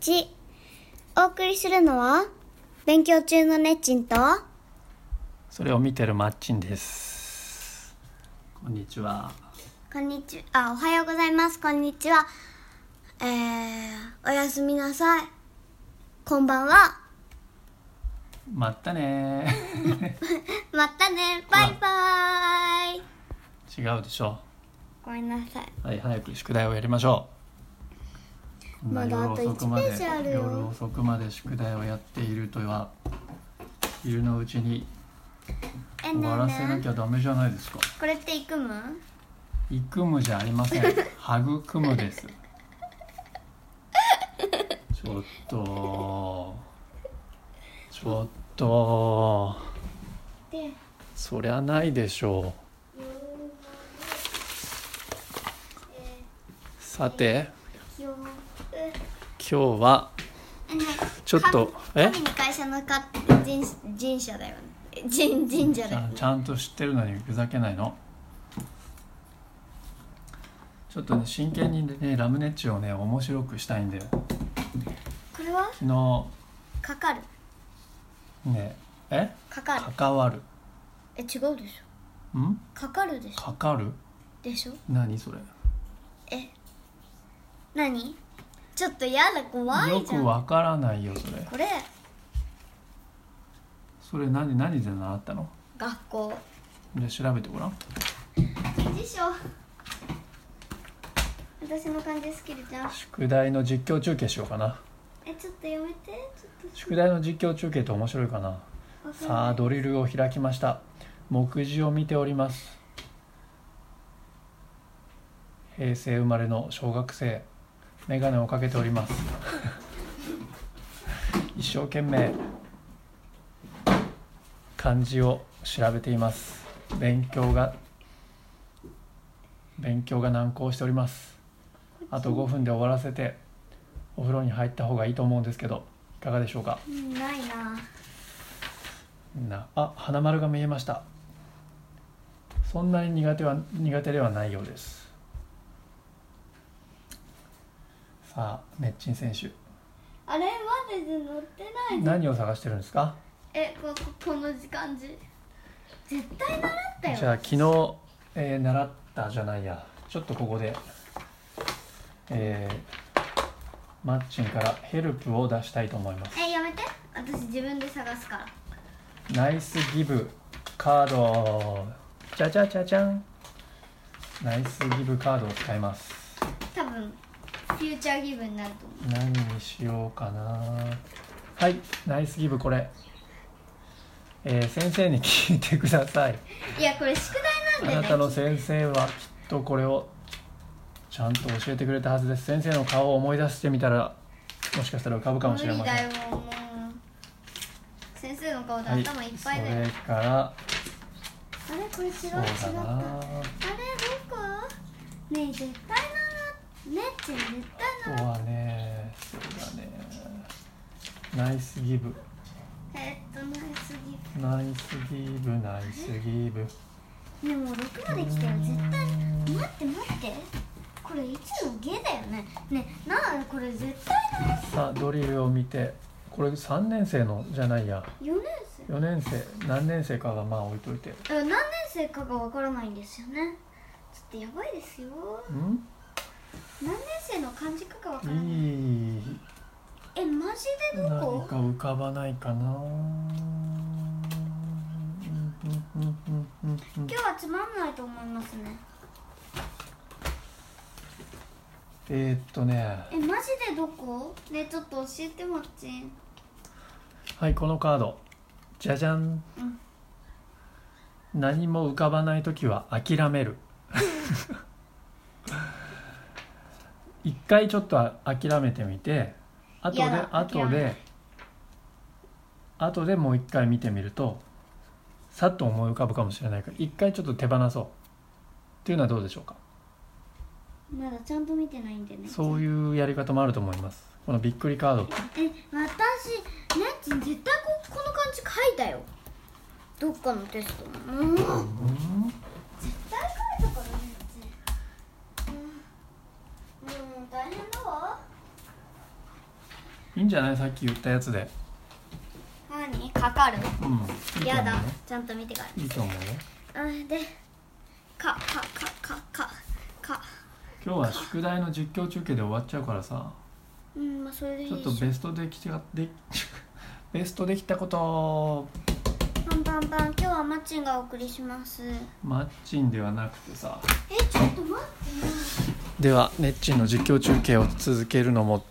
ちお送りするのは勉強中のねっちんとそれを見てるマッチンですこんにちはこんにちはあおはようございますこんにちはえー、おやすみなさいこんばんはまったね またねバイバーイ違うでしょごめんなさいはい早く宿題をやりましょうこんなまだ夜あと遅くま1ページあるでよ夜遅くまで宿題をやっているとは昼のうちにえ終ねわえらせなねきゃダメじゃないですかえこれっていくむ育むじゃあり ません育むですちょっとちょっとでそりゃないでしょうさてよ今日はえねちょっとえ神に会社のか人神社だよね神神社ちだよゃねんちゃんと知ってるのにふざけないのちょっとね真剣にねラムネッチをね面白くしたいんだよこれは昨日かかるねえかかる関わるえ違うでしょんかかるでしょかかるでしょ何それえ何ちょっとやだ怖よいじゃくんわからないよそれこれそれ何何で習ったの学校じゃあ調べてごらん辞書私の漢字好きでじゃん宿題の実況中継しようかなえちょっとやめてちょっ宿題の実況中継って面白いかなとわかんないさあドリルを開きました目次を見ております平成生まれの小学生眼鏡をかけております 一生懸命漢字を調べています勉強が勉強が難航しておりますあと5分で終わらせてお風呂に入った方がいいと思うんですけどいかがでしょうかうんないななあ花丸が見えましたそんなに苦手は苦手ではないようですさあメッチン選手あれまでで乗ってない何を探してるんですかえこここの時間字絶対習ったよじゃあ昨日、えー習ったじゃないやちょっとここで、えーマッチンからヘルプを出したいと思いますえやめて私自分で探すからナイスギブカードじゃじゃじゃじゃんナイスギブカードを使います多分フューチャーギブになると思う何にしようかなはいナイスギブこれ、えー先生に聞いてくださ いいやこれ宿題あなんなだたよねの先生はきっとこれをちゃんと教えてくれたはずです先生の顔を思い出してみたらもしかしたら浮かぶかもしれ無ま理せんだよもう先生の顔ではい、頭いっぱいだよ、あれそれからこれ違う違っそたあれうだどこなねえ絶対ならねっちん絶あとはねそうだねナイスギブ対なえっとなりすぎナイスギブナイスギブねえもう6まで来たよ絶対待って待ってこれいつのゲだよねねえなんこれ絶対ならさあドリルを見てこれ3年生のじゃないや4年4年生何年生かがまあ置いといてん生え何年生かがわからないんですよねちょっとやばいですよ何年生の漢字かがわからないいいえマジでど何こか浮かばないかな今日はつまんないと思いますねえーっとねえマジでどこねちょっと教えてマッチンはいこのカードじゃじゃんうん何も浮かばない時は諦める 一回ちょっと諦めてみて後で嫌だ後諦めなで後でもう一回見てみるとさっと思い浮かぶかもしれないから一回ちょっと手放そうっていうのはどうでしょうかまだちゃんと見てないんでねそういうやり方もあると思いますこのびっくりカードえ私ねっちん絶対ここの漢字書いたよどっかのテストもうん絶対書いたからねっちんうん、うん、大変だわいいんじゃないさっき言ったやつで何かかるうんやだいいと思うよちゃんと見てからいいと思うよあでかかかかかか今日は宿題の実況中継で終わっちゃうからさうんまあそれでいいちょっでとしょベストできたで ベストできたことパンパンパン今日はマッチンがお送りしますえマッチンではなくてさちょっと待ってではネッチンの実況中継を続けるのも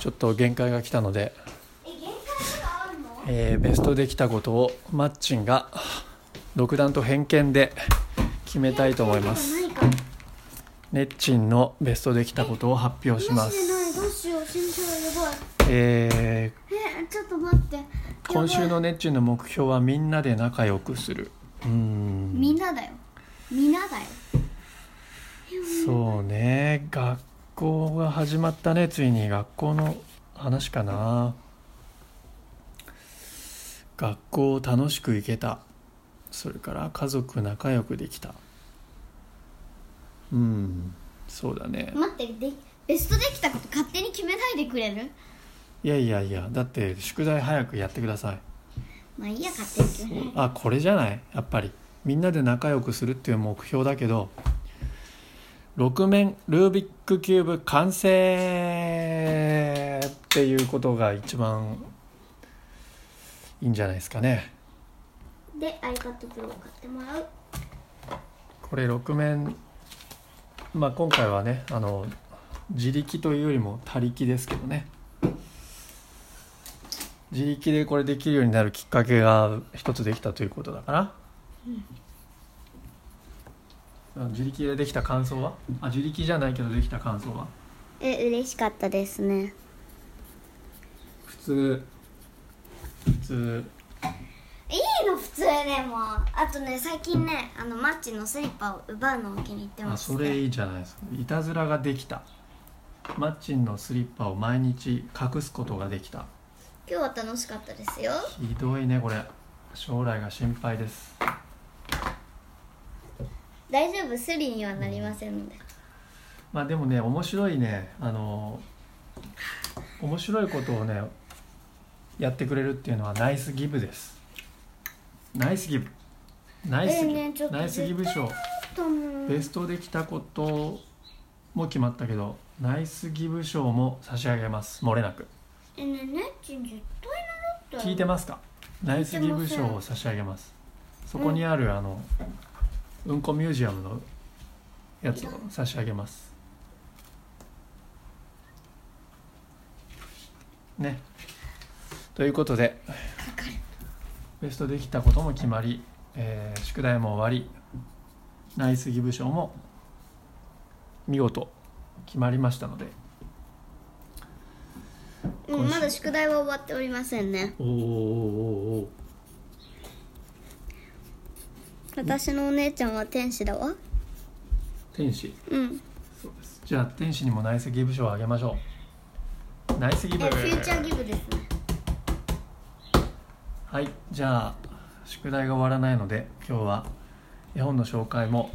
ちょっと限界が来たので、え限界とかあるのえーベストできたことをマッチンが独断と偏見で決めたいと思います何かネッチンのベストできたことを発表しまマジでないすどうしよう心臓やばいえーえちょっと待って今週やばいのネッチンの目標はみんなで仲良くするうーんみんなだよみんなだよそうね学校が始まったねついに学校の話かな学校を楽しく行けたそれから家族仲良くできたうんそうだね待ってでベストできたこと勝手に決めないでくれるいやいやいやだって宿題早くやってくださいまあいいや勝手に決めないあこれじゃないやっぱりみんなで仲良くするっていう目標だけど6面ルービックキューブ完成っていうことが一番いいんじゃないですかねで iPad Pro を買ってもらうこれ6面まあ今回はねあの自力というよりも他力ですけどね自力でこれできるようになるきっかけが一つできたということだから、あ自力でできた感想はあ自力じゃないけどできた感想はえ嬉しかったですね普通普通いいの普通でもあとね最近ねあのマッチのスリッパを奪うのを気に入ってまあす、それいいじゃないですかいたずらができたマッチンのスリッパを毎日隠すことができた今日は楽しかったですよひどいねこれ将来が心配です大丈夫スリにはなりませんのでまあでもね面白いねあの面白いことをねやってくれるっていうのはナイスギブですナイスギブナイスギブ、ええねちょっとナイスギブ賞ともベストできたことも決まったけどナイスギブ賞も差し上げます漏れなくえねねっちん絶対習った聞いてますかナイスギブ賞を差し上げますそこにあるあのうんこミュージアムのやつを差し上げますねということでベストできたことも決まり、えー宿題も終わりナイスギブ賞も見事決まりましたのでうんまだ宿題は終わっておりませんねおーおーおーおー私のお姉ちゃんは天使だわ天使うんそうですじゃあ天使にもナイスギブ賞をあげましょうナイスギえブフューチャーギブですねはいじゃあ宿題が終わらないので今日は絵本の紹介も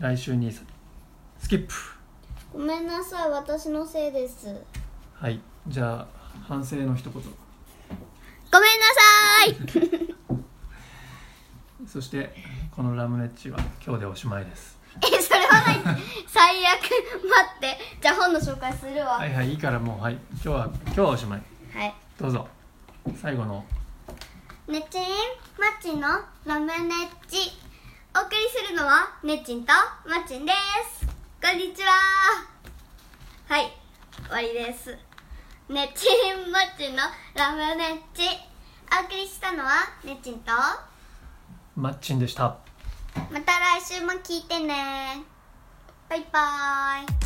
来週にスキップごめんなさい私のせいですごめんなはいじゃあ反省の一言さいそしてこのラムネッチは今日でおしまいです えそれはない最悪待ってじゃあ本の紹介するわははい、いはいいいからもうはい今日は今日はおしまいどうぞ最後のねっちんマッチンのラムネッチお送りするのはねっちんとマッチンですこんにちははい終わりですねっちんマッチンのラムネッチお送りしたのはねっちんとまマッチンでしたた来週も聞いてねバイバーイ